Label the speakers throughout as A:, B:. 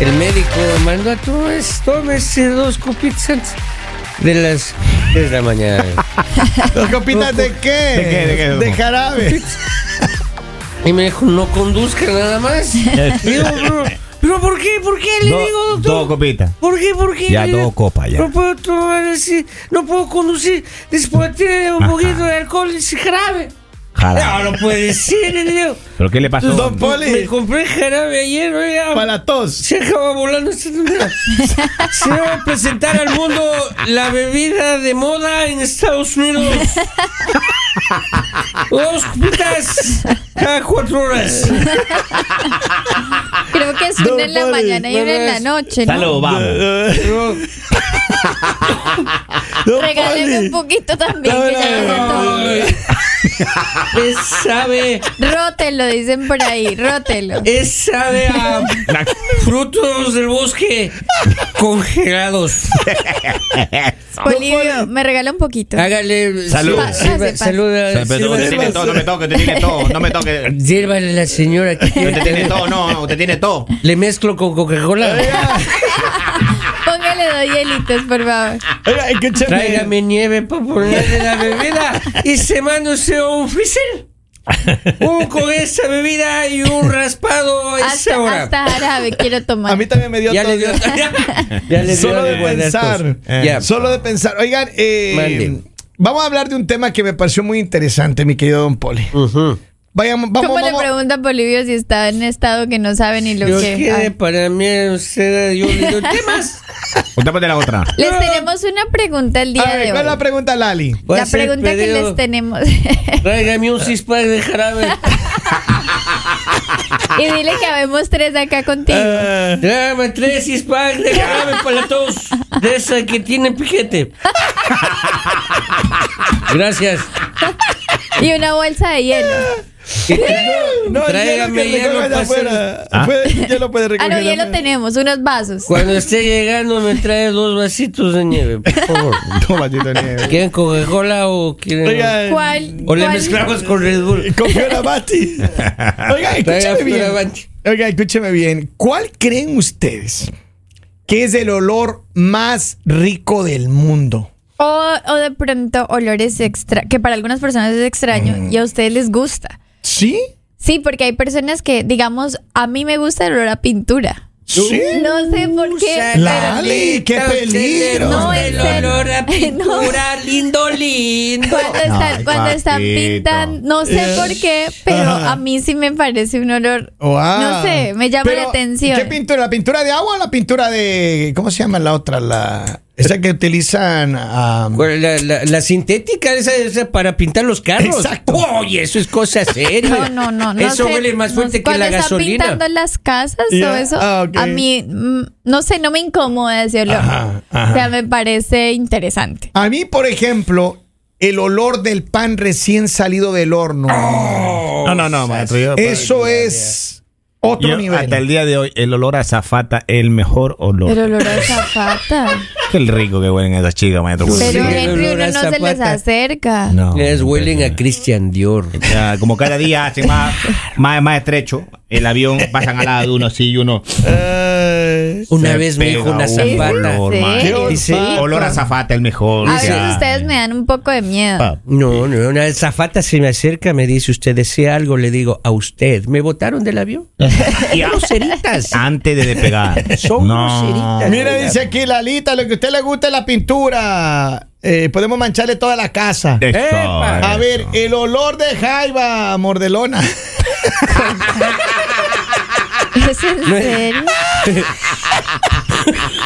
A: el médico mandó a tomes, tómese dos copitas antes de las 3 de la mañana.
B: ¿Dos copitas de qué?
C: ¿De qué, de qué?
B: jarabe.
A: Y me dijo, no conduzca nada más. Digo, pero, pero ¿por qué? ¿Por qué? Le
C: Do-
A: digo, doctor.
C: dos copitas.
A: ¿Por qué? ¿Por qué?
C: Ya
A: Le digo,
C: dos copas, ya.
A: No puedo tomar así, no puedo conducir. Después tiene un
C: Ajá. Ah.
A: poquito de alcohol y se jarabe.
C: Jarabe.
A: No, no puede ser, le digo.
C: ¿Pero qué le pasó?
B: Don Poli.
A: Me compré jarabe ayer, oiga.
B: Para la tos.
A: Se acaba volando esta tontería. Se va a presentar al mundo la bebida de moda en Estados Unidos. Dos copitas cada cuatro horas.
D: Creo que es
B: No
D: una en la
B: puedes,
D: mañana y
A: no
D: una en la
A: es.
D: noche, ¿no?
C: Salud, vamos.
A: Pero,
B: Don
D: Regáleme
B: Poli.
D: un poquito también, que ya no se toma.
A: ay, es sabe,
D: Rótelo, dicen por ahí, rótelo.
A: es sabe a frutos del bosque congelados.
D: Polivio, me regala un poquito.
A: Hágale
C: Salud.
A: sirva- sirva-
D: Pase, pase.
A: saluda,
C: Pero
A: sírvale-
C: usted tiene todo, no me toque, usted tiene todo, no me toque.
A: sírvale a la señora que
C: Usted tiene todo, no, usted tiene todo.
A: le mezclo con Coca-Cola.
D: Póngale dos hielitos, por favor.
B: Oiga, escúchame.
A: Tráigame nieve para ponerle la bebida y se manda usted un freezer. Un con esa bebida y un raspado a esa
D: Hasta,
A: hora.
D: hasta jarabe quiero tomar.
B: A mí también me dio
A: ya
B: tos.
A: le dio, ya, le dio
B: Solo de
A: guardar
B: pensar.
A: tos.
B: eh,
A: Ya.
B: Solo de pensar. Oigan, eh,
A: Mande.
B: vamos a hablar de un tema que me pareció muy interesante, mi querido Don Poli.
A: Ujú.
B: Vayamos, vamos,
D: ¿Cómo le
B: vamos.
D: pregunta a Polivio si está en estado que no sabe ni lo
A: Yo
D: que...
A: quedé
D: Ay.
A: para mí, usted, yo le doy temas.
C: Usted pone la otra.
D: Les tenemos una pregunta el día
B: A ver,
D: de
B: ¿cuál
D: hoy.
B: es la pregunta, Lali?
A: Voy a
D: La
A: hacer
D: pregunta que
A: pedido.
D: les tenemos.
A: Tráigame un six pack de jarabe.
D: y dile que habemos tres acá contigo.
B: Ah.
A: Tráigame tres six pack de jarabe para todos. De esa que tiene piquete. Gracias.
D: y una bolsa de
B: Ah.
D: hielo.
B: No,
A: Tráigame
B: el hielo
A: hielo
B: que recojan
A: para hacer-
B: afuera.
C: Ah.
B: Puede- hielo puede
D: Ah,
B: recoger.
D: no, hielo
B: afuera.
D: tenemos, unos vasos.
A: Cuando esté llegando me trae dos vasitos de nieve, por favor.
B: No, maldito nieve.
A: ¿Quieren Coca-Cola o quieren...?
B: Oigan,
D: ¿Cuál?
A: o le
D: cuál-
A: mezclamos con Red Bull.
B: Confío en Abati. Oiga,
A: Traiga
B: escúcheme bien.
A: fuera, Banchi.
B: Oiga, escúcheme bien. ¿Cuál creen ustedes que es el olor más rico del mundo?
D: O, o de pronto olores extra, que para algunas personas es extraño
B: Mm.
D: y a ustedes les gusta.
B: ¿Sí?
D: Sí, porque hay personas que, digamos, a mí me gusta el olor a pintura.
B: ¿Sí?
D: No sé por qué.
A: Usa
B: la-
D: pero-
B: Lali, qué
A: Está usted
B: peligro.
D: No,
A: lejos del
D: en serio.
A: olor a pintura, lindo, lindo.
D: Cuando están,
C: Ay,
D: cuando están
C: papito.
D: pintando, no sé
B: Eh.
D: por qué, pero a mí sí me parece un olor.
B: Wow.
D: No sé, me llama
B: Oh, ah. Pero,
D: la atención.
B: ¿Qué pintura? ¿La pintura de agua o la pintura de. ¿Cómo se llama la otra? La, esa que utilizan. ah,
A: Bueno, La, la- la sintética esa, esa para pintar los carros.
B: Exacto.
A: Oye, eso es cosa seria.
D: No, no, no. no
A: Eso
D: sé,
A: huele más
D: no
A: fuerte
D: sé.
A: que la
D: Cuando están
A: gasolina.
D: pintando las casas o
B: Yeah,
D: eso,
B: ah, ok.
D: a mí, mm, no sé, no me incomoda ese olor.
B: Ajá, ajá.
D: O sea, me parece interesante.
B: A mí, por ejemplo, el olor del pan recién salido del horno.
C: No, no, no, maestro. yo- pues,
B: Eso es otro
C: yo
B: nivel.
C: hasta el día de hoy, el olor a zafata es el mejor olor.
D: El olor a zapata.
C: Qué rico que huelen esas chicas, maestro.
D: Pero
A: Pues Sí, el
D: Henry,
A: olor
D: uno
A: a
D: no se les
A: zapata.
D: acerca.
C: No,
A: Les
C: no,
A: huelen
C: no.
A: a Christian Dior.
C: O sea, como cada día hace más, más, más estrecho el avión, pasan al lado de uno sí y uno.
A: Una
C: se
A: vez me dijo
C: pega
A: una
C: un
A: zapata.
C: olor,
D: Sí.
C: maestro.
A: Dice,
C: Olor a zafata el mejor.
D: A
C: o
D: veces
C: sea.
D: ustedes me dan un poco de miedo.
C: Pa-
A: No, no, una zafata se me acerca, me dice, usted desea algo, le digo, a usted, ¿me botaron del avión?
C: Y a-
A: Groseritas.
C: Antes de despegar.
A: Son groseritas.
B: Mira, dice aquí Lalita, lo que a usted le gusta es la pintura. Eh, podemos mancharle toda la casa.
C: Eso,
A: Epa.
B: A
C: eso.
B: ver, eh, este el olor de Jaiba, Mordelona. Este
D: ¿Es en serio?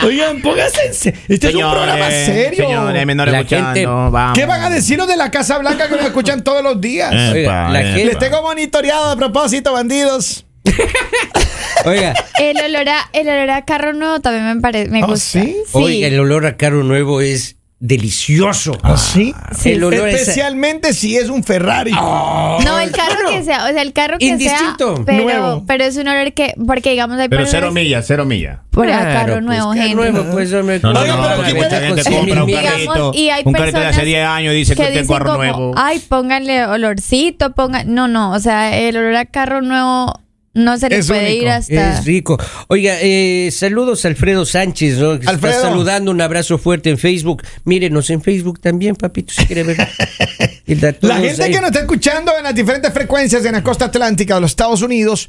B: Oigan, pónganse. en se- Este es un programa serio.
C: Señores, menores
A: La
C: escuchando,
A: gente-
C: vamos.
B: ¿Qué van a decir los de la Casa Blanca que nos escuchan todos los días?
C: Epa,
A: Oiga, la
C: epa. eh.
A: gente-
B: Les tengo monitoreado a propósito, bandidos.
A: Oiga,
D: El olor a, el olor a carro nuevo también me parece, me
B: ¿Ah,
D: gusta.
B: sí? Ah.
A: oiga, el olor a carro nuevo es delicioso.
B: ¿Sí?
D: Sí.
A: Ah. El olor es Ah.
B: Especialmente si es un Ferrari.
D: No, el carro que sea, o sea, el carro que
A: Indistinto.
D: sea, pero,
B: Nuevo.
D: pero es un olor que, porque digamos hay
C: Pero
D: personas
C: cero millas, cero millas.
D: por a carro nuevo,
A: pues,
D: Henry.
A: carro nuevo, pues yo me
C: No, no,
B: Oiga,
C: no,
B: pero
C: la
B: aquí
C: mucha
B: puede
C: gente
B: conseguir
C: compra un
B: mil millas.
C: carrito.
D: Digamos, y hay
C: un carrito de
D: personas
C: hace 10 años dice que,
D: que
C: usted
D: dicen
C: es carro
D: como,
C: nuevo.
D: ay, pónganle olorcito, pongan, no, no, o sea, el olor a carro nuevo No se le
B: Es
D: puede
B: único,
D: ir hasta.
A: Es rico. Oiga, eh, saludos a Alfredo Sánchez, ¿no? Que
B: Alfredo.
A: Está saludando, un abrazo fuerte en Facebook. Mírenos en Facebook también, papito, si quiere ver. El dato
B: La
A: nos
B: gente
A: ahí.
B: que nos está escuchando en las diferentes frecuencias en la costa atlántica de los Estados Unidos,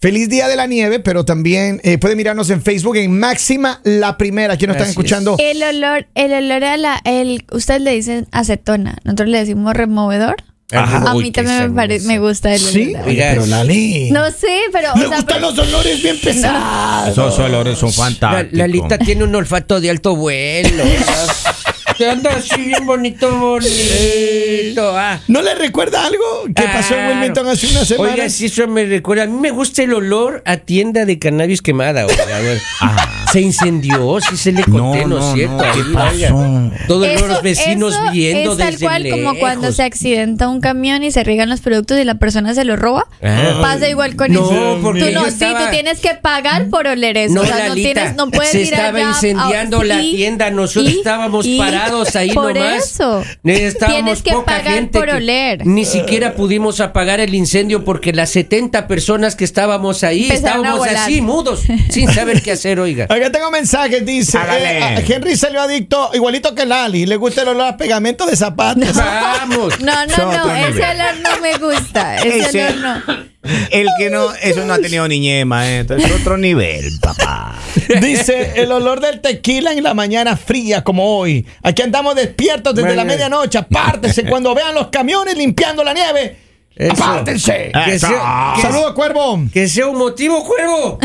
B: feliz día de la nieve, pero también eh, puede mirarnos en Facebook en Máxima La Primera. Aquí nos están
A: Así es.
B: escuchando?
D: El olor, el olor a la. El, ustedes le dicen acetona, nosotros le decimos removedor.
A: Ajá.
D: a
A: Uy,
D: mí
A: qué
D: también me, pare-
A: sabroso.
D: me gusta el olor.
B: Sí,
D: a-
B: Oye, pero Lali.
D: No sé, pero. o
B: Le
D: sea,
B: gustan
D: pero-
B: los olores bien pesados.
C: Esos olores son
A: La,
C: fantásticos.
A: la Lita tiene un olfato de alto vuelo. ¿no? Que anda así bien bonito, bonito. Ah.
B: ¿No le recuerda algo que pasó en
A: Claro.
B: Wilmington hace una semana?
A: Ah, Oiga, si eso me recuerda. A mí me gusta el olor a tienda de cannabis quemada. oiga, a ver. Se incendió, sí se le conté,
C: No,
A: ¿no,
C: no,
A: es cierto?
C: no, ¿qué
A: Ahí,
C: pasó?
A: oiga, Todos
D: Eso-
A: los vecinos
D: eso
A: viendo
D: es tal
A: desde
D: cual como cuando
A: lejos.
D: se accidenta un camión y se riegan los productos y la persona se los roba.
A: Ah.
D: Pasa igual con
A: No,
D: eso.
A: porque
D: tú no,
A: yo
D: sí,
A: estaba-
D: tú tienes que pagar por oler eso.
A: No,
D: o sea, no
A: Lalita,
D: tienes, no puedes
A: se
D: ir
A: estaba
D: allá a-
A: incendiando la
D: y-
A: tienda, nosotros
D: y-
A: estábamos
D: y-
A: parados ahí
D: por
A: nomás.
D: Eso.
A: Estábamos
D: tienes que
A: poca
D: pagar
A: gente
D: por
A: que
D: oler.
A: Ni siquiera pudimos apagar el incendio porque las 70 personas que estábamos ahí
D: Empezaron a
A: estábamos
D: volar.
A: así, mudos, sin saber qué hacer, oiga.
B: Acá tengo mensajes, dice.
C: Hágale.
B: eh, a- Henry salió adicto, igualito que Lali. Le gusta el olor a pegamento de zapatos.
A: Vamos.
D: No, no,
C: Son
D: no,
C: otro
D: ese
C: nivel.
D: olor no me gusta. Ese
C: Ese-
D: olor no.
C: El que no, eso no ha tenido niñez, maestro. Es otro nivel, papá.
B: Dice el olor del tequila en la mañana fría como hoy. Aquí andamos despiertos desde la
A: Mañana.
B: medianoche. Apártense cuando vean los camiones limpiando la nieve.
A: Eso. Ah.
B: Apártense.
A: Que sea- que-
B: Saludos, cuervo.
A: Que sea un motivo, cuervo.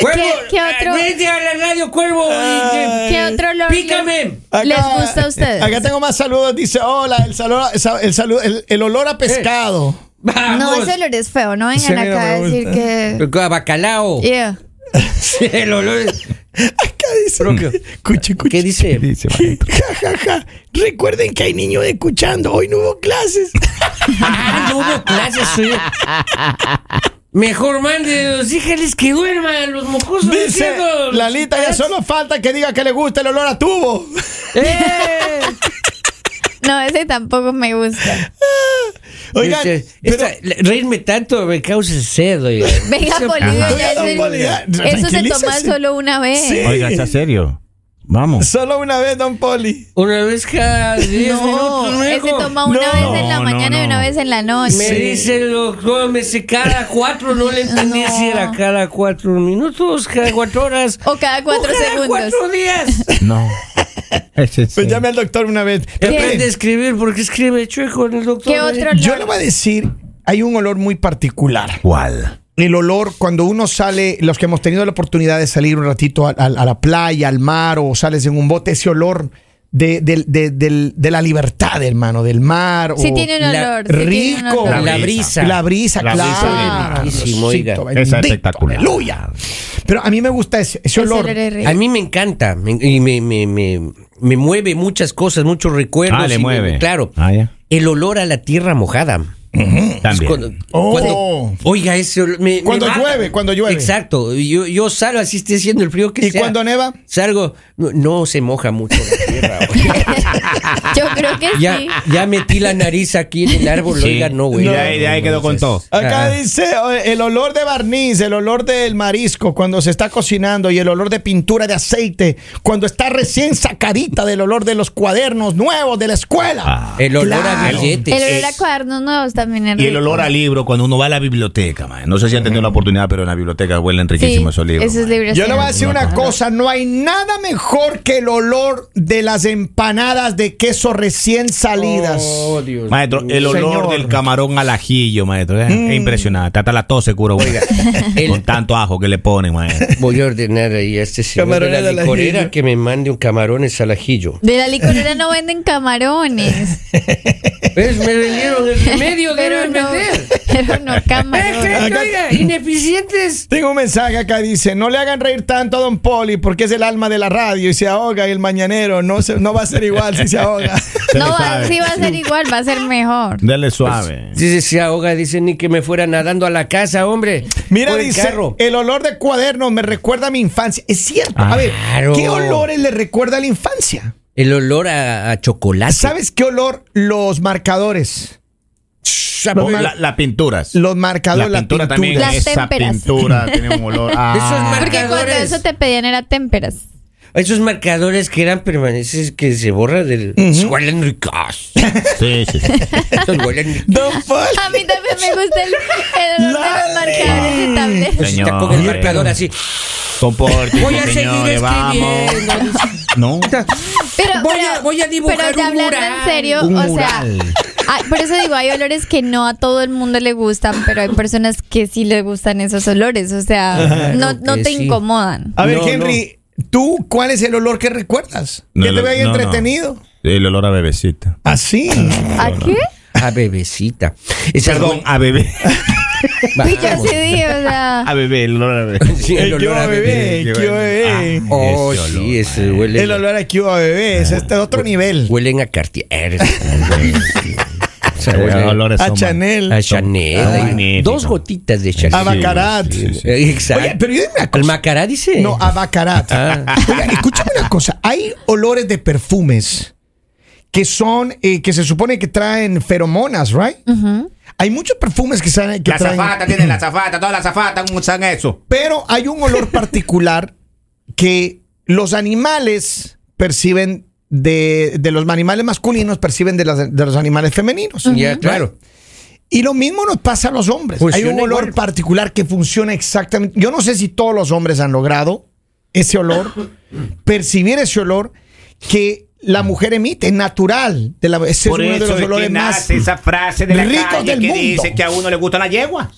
A: cuervo,
D: ¿Qué- qué otro?
A: vete a la radio, cuervo. y-
D: ¿Qué otro olor?
A: Pícame.
B: Acá-
D: ¿Les gusta a ustedes?
B: Acá tengo más saludos. Dice, hola, el, saludo- el, saludo- el- el olor
A: Eh.
B: a pescado.
A: Vamos.
D: No, ese olor es feo. No
B: Sí,
D: vengan
B: a mí no
D: acá a
B: me
D: decir
B: gusta.
D: que.
A: A bacalao.
D: Yeah.
A: El olor.
B: Acá dice.
A: Propio.
B: Cuchi, cuchi.
A: ¿Qué dice?
B: Ja, ja, ja. Recuerden que hay niños escuchando. Hoy no hubo clases.
A: Ah, no hubo clases. oye. Mejor mande, dígales que duerman los mocosos.
B: Dice
A: diciendo-
B: Lalita, ya solo falta que diga que le gusta el olor a tubo.
A: ¡Eh!
D: No, ese tampoco me gusta.
B: Oigan,
A: Este,
B: pero-
A: esta- la- reírme tanto me causa sed, oiga.
D: Venga,
A: Eso-
D: Bolivia,
A: Ajá.
D: ya
B: Oiga, don Poli,
D: es el- eso se toma
B: tranquilícese.
D: solo una vez.
B: Sí.
C: Oiga, ¿está serio? Vamos.
B: Solo una vez, don Poli.
A: Una vez cada 10 minutos,
D: No, ese
A: luego,
D: toma una
B: No.
D: vez en la
C: No,
D: mañana
C: no,
D: y una
C: no.
D: vez en
A: Me
D: la noche.
A: dice el doctor, me dice cada cuatro, no le entendí
D: No.
A: si era cada cuatro minutos, cada cuatro horas.
D: O cada cuatro
A: o cada
D: segundos.
A: cuatro días.
C: No. Ese es
B: Pues llame al doctor una vez.
A: Aprende a
B: Miren,
A: escribir porque escribe chueco el doctor.
D: ¿Qué otro
B: Yo
D: olor?
B: le voy a decir, hay un olor muy particular.
C: ¿Cuál?
B: El olor cuando uno sale, los que hemos tenido la oportunidad de salir un ratito a, a- a la playa, al mar o sales en un bote, ese olor de, del- de- del- de la libertad, hermano, del mar.
D: Sí
B: o-
D: tiene un
A: la-
D: olor. sí tiene un
B: rico.
D: olor.
A: La,
C: La
A: brisa.
B: La brisa,
C: La brisa
B: claro.
A: del mar. Riquísimo, oiga.
B: Diosito
C: Es
B: bendito,
C: espectacular.
B: Aleluya. Pero a mí me gusta ese, ese
D: Ese
B: olor.
D: olor es rico.
A: A mí me encanta me- y me, me, me- me mueve muchas cosas, muchos recuerdos.
C: Ah, le
A: y me-
C: mueve.
A: claro.
C: Ah, ya.
A: El olor a la tierra mojada.
C: También.
A: Cuando-
B: Oh.
A: cuando- oiga, ese olor me- me
B: Cuando
A: mata.
B: llueve, cuando llueve.
A: Exacto. Yo, yo salgo, así esté haciendo el frío que
B: ¿Y
A: sea.
B: cuando neva?
A: Salgo, no, no se moja mucho la tierra. oiga.
D: Yo creo que
A: ya,
D: sí.
A: ya metí la nariz aquí en el árbol,
C: Sí.
A: oiga, no, güey.
C: Y de ahí- de ahí quedó con todo.
B: Acá
A: Ah.
B: dice o- el olor de barniz, el olor del marisco cuando se está cocinando y el olor de pintura de aceite cuando está recién sacadita del olor de los cuadernos nuevos de la escuela.
C: Ah.
A: El olor a
B: Claro.
A: billetes.
D: El olor a cuadernos nuevos también es
C: Y el
D: rico.
C: olor al libro cuando uno va a la biblioteca, man. No sé si han tenido la oportunidad, pero en la biblioteca huelen
D: Sí,
C: riquísimos esos libros.
D: esos
C: man.
D: libros
B: Yo
D: sí
B: le voy a
D: eran
B: decir una
D: ricos.
B: cosa, no hay nada mejor que el olor de las empanadas de queso recién salidas.
A: Oh, Dios
C: Maestro,
A: mío. Mm.
C: el olor
B: Señor.
C: del camarón al ajillo, maestro. Es impresionante. Hasta la tos se cura, güey.
A: el-
C: Con tanto ajo que le ponen, maestro.
A: Voy a ordenar ahí a este señor de
B: Camarones
A: la
B: al
A: licorera
B: ajillo.
A: que me mande un camarones al ajillo.
D: De la licorera no venden camarones.
A: ¿Ves? Me vendieron el remedio de
D: pero, no,
A: vender.
D: pero no camarones.
A: Perfecto, oiga, ineficientes.
B: Tengo un mensaje acá, dice, no le hagan reír tanto a Don Poli porque es el alma de la radio y se ahoga y el mañanero no, se, no va a ser igual si se ahoga.
C: Se
D: No,
C: le
D: va,
C: sabe.
D: sí va a ser igual, va a ser mejor.
C: Dale suave.
A: Dice, se ahoga, dice ni que me fuera nadando a la casa, hombre.
B: Mira,
A: Por el
B: dice,
A: carro.
B: el olor de cuadernos me recuerda a mi infancia. Es cierto. a ver,
A: Claro.
B: ¿qué olores le recuerda a la infancia?
A: El olor a, a chocolate.
B: ¿Sabes qué olor? Los marcadores. sea,
C: Los-
B: pongan-
C: la- las pinturas.
B: los marcadores,
C: la
B: la
C: pintura también.
B: pintura.
D: Las
C: esa
D: témperas.
C: pintura tiene un olor.
A: Eso es
C: Ah,
A: mar-
D: Porque cuando
A: Marcadores.
D: eso te pedían era témperas.
A: Esos marcadores que eran permanentes que se borran del. Huelen ricos.
C: sí, sí, sí.
A: Estos huelen ricos.
B: Don Paul.
D: A mí también me gusta el, el olor de los marcadores de tablet.
A: Pues está
C: Señor.
A: con el marcador así.
C: Compórtese,
A: Voy a seguir
C: señores, vamos.
A: escribiendo.
C: No.
D: Pero,
A: Voy a-
D: pero-
A: voy a dibujar
D: pero ya
A: un
D: hablando
A: mural.
D: en serio,
C: Un
D: o
C: mural.
D: sea, ah, por eso digo, hay olores que no a todo el mundo le gustan, pero hay personas que sí le gustan esos olores, o sea, no,
A: creo
D: no
A: que
D: te
A: sí.
D: incomodan.
B: A ver,
C: No,
B: Henry, ¿tú cuál es el olor que recuerdas?
E: No,
B: que te
E: el-
B: vea ahí
E: no, no.
B: entretenido.
E: El olor a bebecita.
B: Así.
D: ¿A qué?
A: A Ah, bebecita. Es
C: Perdón, a bebé.
D: Y yo sí digo, o sea,
C: A bebé, el olor a bebé.
A: Sí, el olor a bebé.
B: qué bebé.
A: Oh,
C: Ah, Ese olor,
A: sí, ese huele.
B: El olor a Cuba bebé, ese está de otro nivel.
A: Huelen a Cartier. eh, O sea,
E: Eh,
A: huelen
E: olores
B: A
E: son-
B: Chanel.
A: a Chanel.
C: Ah,
A: Hay
C: magnífico.
A: Dos gotitas de Chanel.
B: A Ah, Bacarat.
E: sí, sí.
A: Eh, Exacto.
B: Oye, pero yo dime una
A: ¿El
B: cosa.
A: Macará dice?
B: No, ah, a Bacarat.
C: Ah.
B: Oiga, escúchame una cosa. Hay olores de perfumes que son, eh, que se supone que traen feromonas, ¿right? Hay muchos perfumes que, saben, que
C: La
B: traen.
C: zafata tiene la zafata, todas las zafatas usan eso.
B: Pero hay un olor particular que los animales perciben de, de los animales masculinos, perciben de, las- de los animales femeninos.
A: Ya, claro.
B: Y lo mismo nos pasa a los hombres.
A: Funciona
B: hay un olor
A: igual.
B: particular que funciona exactamente. Yo no sé si todos los hombres han logrado ese olor, percibir ese olor que la mujer emite, es natural. De la, ese
C: Por
B: es uno de
C: eso
B: los
C: es que
B: olores más.
C: nace esa frase de la
B: ricos
C: calle
B: del
C: que
B: mundo.
C: dice que a uno le gusta la yegua.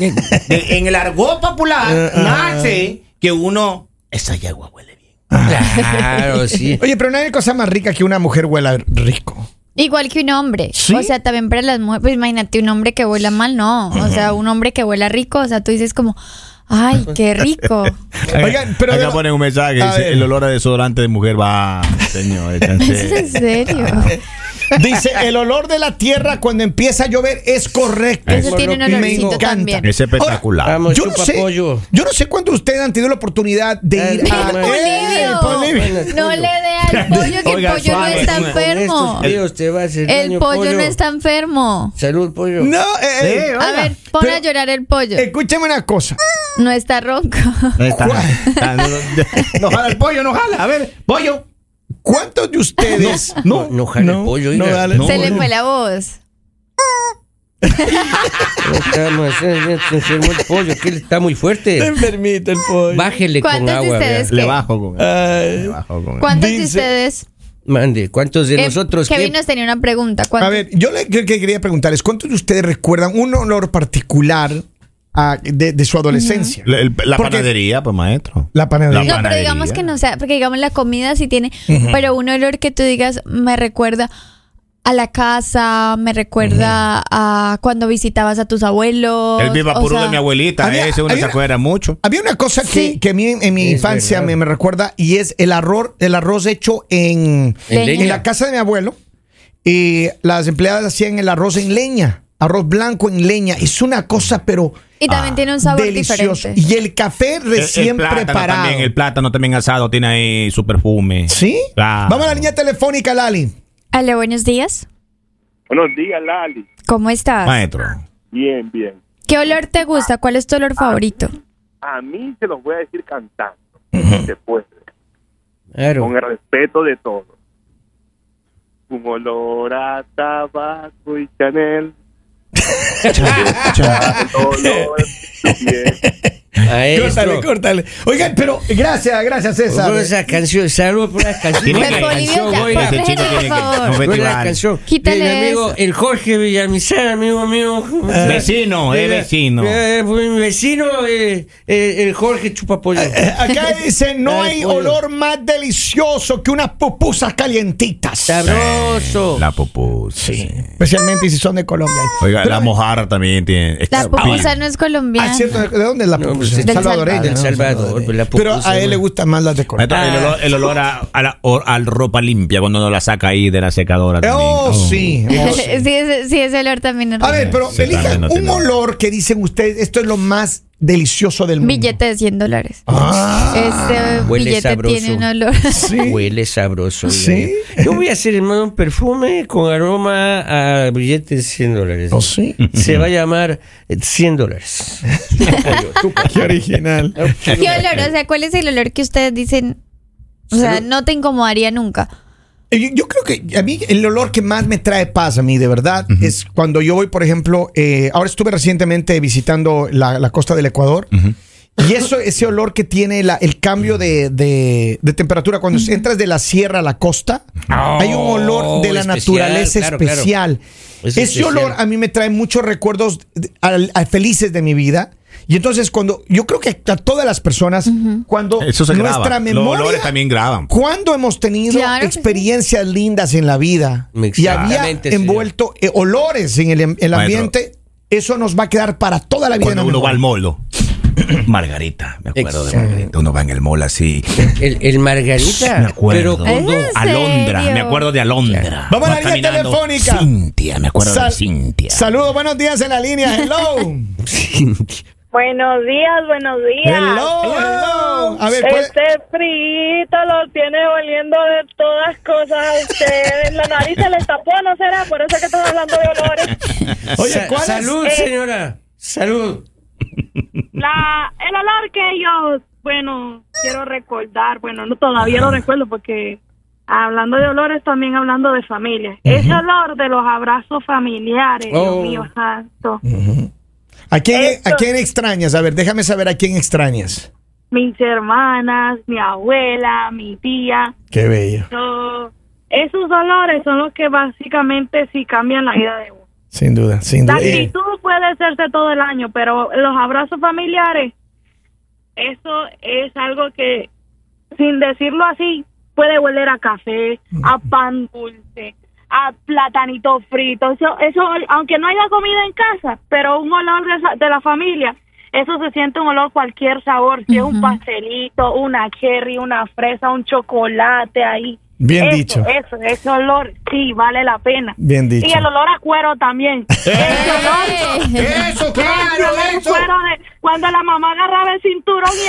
C: De- en el argot popular
B: Ah,
C: nace que uno esa yegua huele bien.
A: Claro, sí.
B: Oye, pero no hay cosa más rica que una mujer huela rico.
D: igual que un hombre,
B: ¿Sí?
D: o sea, también para las mujeres, pues imagínate un hombre que huela mal, no, o sea, un hombre que huela rico, o sea, tú dices como, ay, qué rico.
C: eh,
B: Oigan, pero de
E: Acá
B: la-
E: ponen un mensaje.
B: A
E: dice,
B: ver.
E: el olor a desodorante de mujer va. Señor,
D: ¿Es en
E: échanse.
D: serio?
B: Dice, el olor de la tierra cuando empieza a llover es correcto.
D: Eso tiene un
B: Me
D: olorcito
B: encanta.
D: también.
E: es espectacular.
A: Ahora, vamos.
B: Yo no,
A: Chupa
B: sé,
A: pollo.
B: yo no sé cuándo ustedes han tenido la oportunidad de ir
A: El
B: a...
A: pollo.
B: ¡Eh, el pollo!
A: pollo.
D: No le dé al pollo que
E: Oiga,
D: el pollo no
E: suave,
D: está
E: suave.
D: enfermo.
A: Con estos tíos te va a hacer
D: El
A: daño,
D: pollo, no está enfermo.
A: Salud, pollo.
B: No, eh, eh,
D: A ver, pon
B: Pero- eh,
D: a llorar el pollo.
B: escúchame una cosa.
D: No está ronco.
C: No está. Está- no, no- no jala el pollo, no jala. A ver, pollo.
B: ¿Cuántos de ustedes...
A: No, no jale el pollo,
B: no,
A: mira.
B: dale.
A: No,
D: Se le fue la voz.
A: No está más, eh, ya se enfermó el pollo, que él está muy fuerte.
B: enfermito el pollo.
A: Bájele con
D: ¿Cuántos de
A: agua. vea.
D: ustedes? ¿Qué?
C: Le bajo con
B: Ay.
C: Le bajo con
D: ¿Cuántos de
B: Dice-
D: ustedes?
A: Mande, ¿cuántos de
D: Eh,
A: nosotros
D: Kevin
A: qué?
D: nos tenía una pregunta.
B: A
D: ¿Cuántos-
B: ver, yo le que- que quería preguntar es, ¿cuántos de ustedes recuerdan un olor particular ah, de, de su adolescencia?
E: La, el- la
B: Porque-
E: panadería, pues maestro.
B: La panadería.
D: No, pero
E: panadería.
D: digamos que no sea, porque digamos la comida sí tiene, pero un olor que tú digas me recuerda a la casa, me recuerda a cuando visitabas a tus abuelos.
E: El viva
D: o
E: purú
D: sea,
E: de mi abuelita.
B: había-
E: ese uno
B: había
E: se
B: una-
E: acuerda mucho.
B: Había una cosa que,
D: Sí.
B: que a mí en, en mi
A: Es
B: infancia
A: verdad.
B: me, me recuerda y es el arroz, el arroz hecho en,
A: En
D: leña.
B: en la casa de mi abuelo. Y las empleadas hacían el arroz en leña, arroz blanco en leña. Es una cosa, pero
D: Y también tiene un sabor
B: delicioso.
D: diferente.
B: Y el café recién preparado.
E: Eh, También, el plátano también asado tiene ahí su perfume.
B: ¿Sí?
E: Claro.
B: Vamos a la línea telefónica, Lali.
D: Ale, buenos días.
F: Buenos días, Lali.
D: ¿Cómo estás?
E: Maestro.
F: Bien, bien.
D: ¿Qué olor te gusta? ¿Cuál es tu
F: Ah.
D: olor favorito?
F: A mí se los voy a decir cantando, después, con
A: Claro.
F: el respeto de todos. Un olor a tabaco y Chanel. Un olor a tu piel.
A: Maestro.
B: córtale. Oigan, pero gracias, gracias, César.
A: Por esa canción, salvo por la canción.
E: Tiene
A: Por
E: que-
A: la canción,
D: Bolivia,
A: oiga.
E: Ese chico tiene que- un
D: favor.
A: Por la
E: festival.
A: canción.
D: Quítale
A: Mi amigo,
D: eso.
A: el Jorge Villamizar, amigo mío.
E: Vecino, es
A: Eh,
E: vecino.
A: eh, fue mi vecino, eh, eh, el Jorge Chupapollo.
B: Eh, Acá dice, no
A: Ay,
B: hay
A: pollo.
B: olor más delicioso que unas pupusas calientitas.
A: Sabroso.
E: La pupusa. sí.
B: Especialmente si son de Colombia.
E: Oiga,
B: Pero-
E: la mojarra también tiene.
D: La
E: es-
D: pupusa no es colombiana.
B: Ah, cierto, ¿de dónde es la
A: No,
B: pupusa?
A: pues, del
B: Salvadoreña,
A: Salvador,
B: ¿no?
A: del Salvador,
B: Salvadoreña.
A: pues, la
B: Pero
A: pupusa,
B: a él
A: ¿no?
B: le gustan más las de
E: Maestro,
B: Colombia.
E: el olor, el olor a, a la, o- al ropa limpia cuando uno la saca ahí de la secadora.
B: Eh,
E: también.
B: Oh, sí. oh,
D: sí,
B: sí.
D: ese, sí, ese olor también es
B: A
D: rico.
B: ver, pero
E: Sí,
B: elijan
E: también no
B: un
E: tiene-
B: olor que dicen ustedes, esto es lo más delicioso del mundo.
D: Billete de 100 dólares.
B: Ah,
D: Este
A: huele
D: billete
A: sabroso.
D: tiene un olor.
B: sí.
A: Huele sabroso. oiga. eh.
B: Sí.
A: Yo voy a hacer, hermano, un perfume con aroma a billetes de 100 dólares.
B: Oh, sí.
A: Se va a llamar eh, 100 dólares.
B: Qué original.
D: ¿Qué olor? O sea, ¿cuál es el olor que ustedes dicen? O sea, no te incomodaría nunca.
B: Eh, Yo, yo creo que a mí el olor que más me trae paz a mí, de verdad, es cuando yo voy, por ejemplo, eh, ahora estuve recientemente visitando la, la costa del Ecuador. Y eso, ese olor que tiene la- el cambio de, de- de temperatura cuando entras de la sierra a la costa,
E: Oh,
B: hay un olor de la
A: especial,
B: naturaleza
A: claro, claro.
B: especial.
A: Es
B: ese
A: especial.
B: olor a mí me trae muchos recuerdos de- al- a felices de mi vida. Y entonces cuando, yo creo que a todas las personas, cuando
E: Eso se graba.
B: nuestra
E: Los
B: memoria...
E: olores también graban.
B: ¿Cuándo hemos tenido
D: Claro que sí.
B: experiencias lindas en la vida y había
A: Exactamente, señor.
B: envuelto eh, olores en el, en el
E: Maestro.
B: ambiente? Eso nos va a quedar para toda la vida. en
E: Cuando
B: la
E: uno va al
B: memoria.
E: molo. Margarita, me acuerdo de Margarita. Uno va en el mall así.
A: El, el margarita.
E: Me acuerdo.
A: Pero con
D: ¿En
E: Alondra,
D: serio?
E: me acuerdo de Alondra.
B: Vamos a la
E: Vas
B: línea
E: caminando.
B: telefónica.
E: Cintia, me acuerdo de
B: Sal-
E: Cintia.
B: Saludos, buenos días en la línea. Hello. hello,
G: Buenos días, buenos días.
B: hello. A ver, ¿puede-
G: Este frito lo tiene oliendo de todas cosas a usted. La nariz se le tapó, ¿no será? Por eso es que estás hablando de olores.
B: oye,
A: Sa-
B: ¿cuál es? Eh.
A: salud, señora. Salud.
G: La, el olor que yo, bueno, quiero recordar, bueno, no todavía lo recuerdo porque hablando de olores, también hablando de familia. Ese olor de los abrazos familiares,
A: Oh.
G: Dios mío santo.
B: Mm. ¿A quién,
G: Esto-
B: ¿A quién extrañas? A ver, déjame saber a quién extrañas.
G: Mis hermanas, mi abuela, mi tía.
B: Qué bello,
G: So, esos dolores son los que básicamente sí cambian la vida de uno.
B: sin duda, sin
G: La
B: duda. Eh,
G: actitud puede hacerse todo el año, pero los abrazos familiares, eso es algo que, sin decirlo así, puede volver a café, a pan dulce, a platanito frito. Eso, eso, aunque no haya comida en casa, pero un olor de, esa- de la familia, eso se siente un olor cualquier sabor, si es un pastelito, una cherry, una fresa, un chocolate ahí.
B: Bien
G: Eso,
B: dicho.
G: Eso, ese olor sí vale la pena.
B: Bien dicho.
G: Y el olor a cuero también. Ese olor-
B: Eso,
G: ese olor a cuero de cuando la mamá agarraba el cinturón y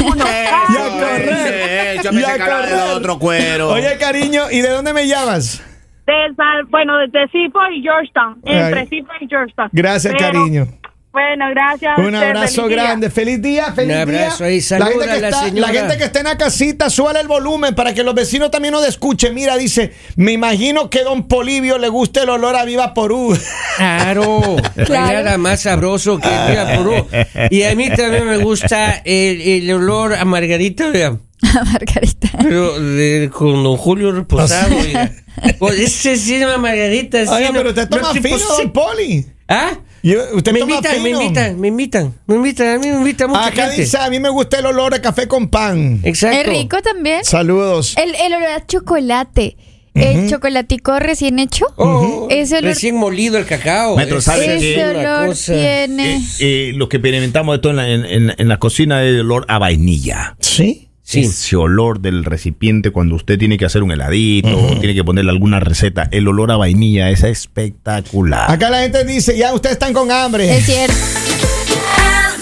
G: a uno.
B: Ya
G: Ay,
B: correr.
C: Eh, yo me
B: Ya
C: sé que hablaba de
B: correr.
C: otro cuero.
B: Oye, cariño, ¿y de dónde me llamas?
G: de Sal- bueno, desde Cipo y Georgetown. Entre
B: Ay.
G: Cipo y Georgetown.
B: Gracias,
G: Pero,
B: cariño.
G: Bueno, gracias. a
B: Un
G: ustedes.
B: abrazo
G: Feliz día.
B: grande. Feliz día, feliz
A: Un abrazo
B: día.
A: ahí. Saluda
B: gente que
A: a la
B: está,
A: señora.
B: gente que está en la casita, súbale el volumen para que los vecinos también nos escuchen. Mira, dice, me imagino que don Polivio le gusta el olor a Viva Porú.
A: Claro, no hay
D: Claro.
A: nada más sabroso que el día puro. Y a mí también me gusta el, el olor a margarita, oiga,
D: Margarita.
A: pero de- con don Julio Reposado. oiga. Pues ese sí es una margarita. sí,
B: Oiga,
A: no-
B: pero te
A: no
B: toma
A: te
B: fino,
A: pos-
B: don Poli.
A: ¿Ah?
B: Yo- Usted
A: Me
B: toma
A: invitan, me
B: fino.
A: invitan, me invitan, me invitan, a mí me invitan mucha
B: Acá
A: gente. Eh.
B: dice, a mí me gusta el olor a café con pan.
A: Exacto.
D: Es rico también.
B: Saludos.
A: Eh.
D: El, el olor a chocolate. El chocolatico recién hecho.
A: Oh,
D: Ese olor,
A: Recién molido el cacao.
E: Maestro,
A: es-
E: ¿sabe
A: es
E: qué?
D: ese
A: una
D: olor
A: cosa.
D: tiene.
E: Eh, eh, lo que experimentamos esto en la, en, en- en la cocina es el olor a vainilla.
B: Sí.
A: Sí.
E: Ese olor del recipiente cuando usted tiene que hacer un heladito, o tiene que ponerle alguna receta. El olor a vainilla es espectacular.
B: Acá la gente dice, ya ustedes están con hambre.
D: Es cierto.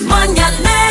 H: El mañanero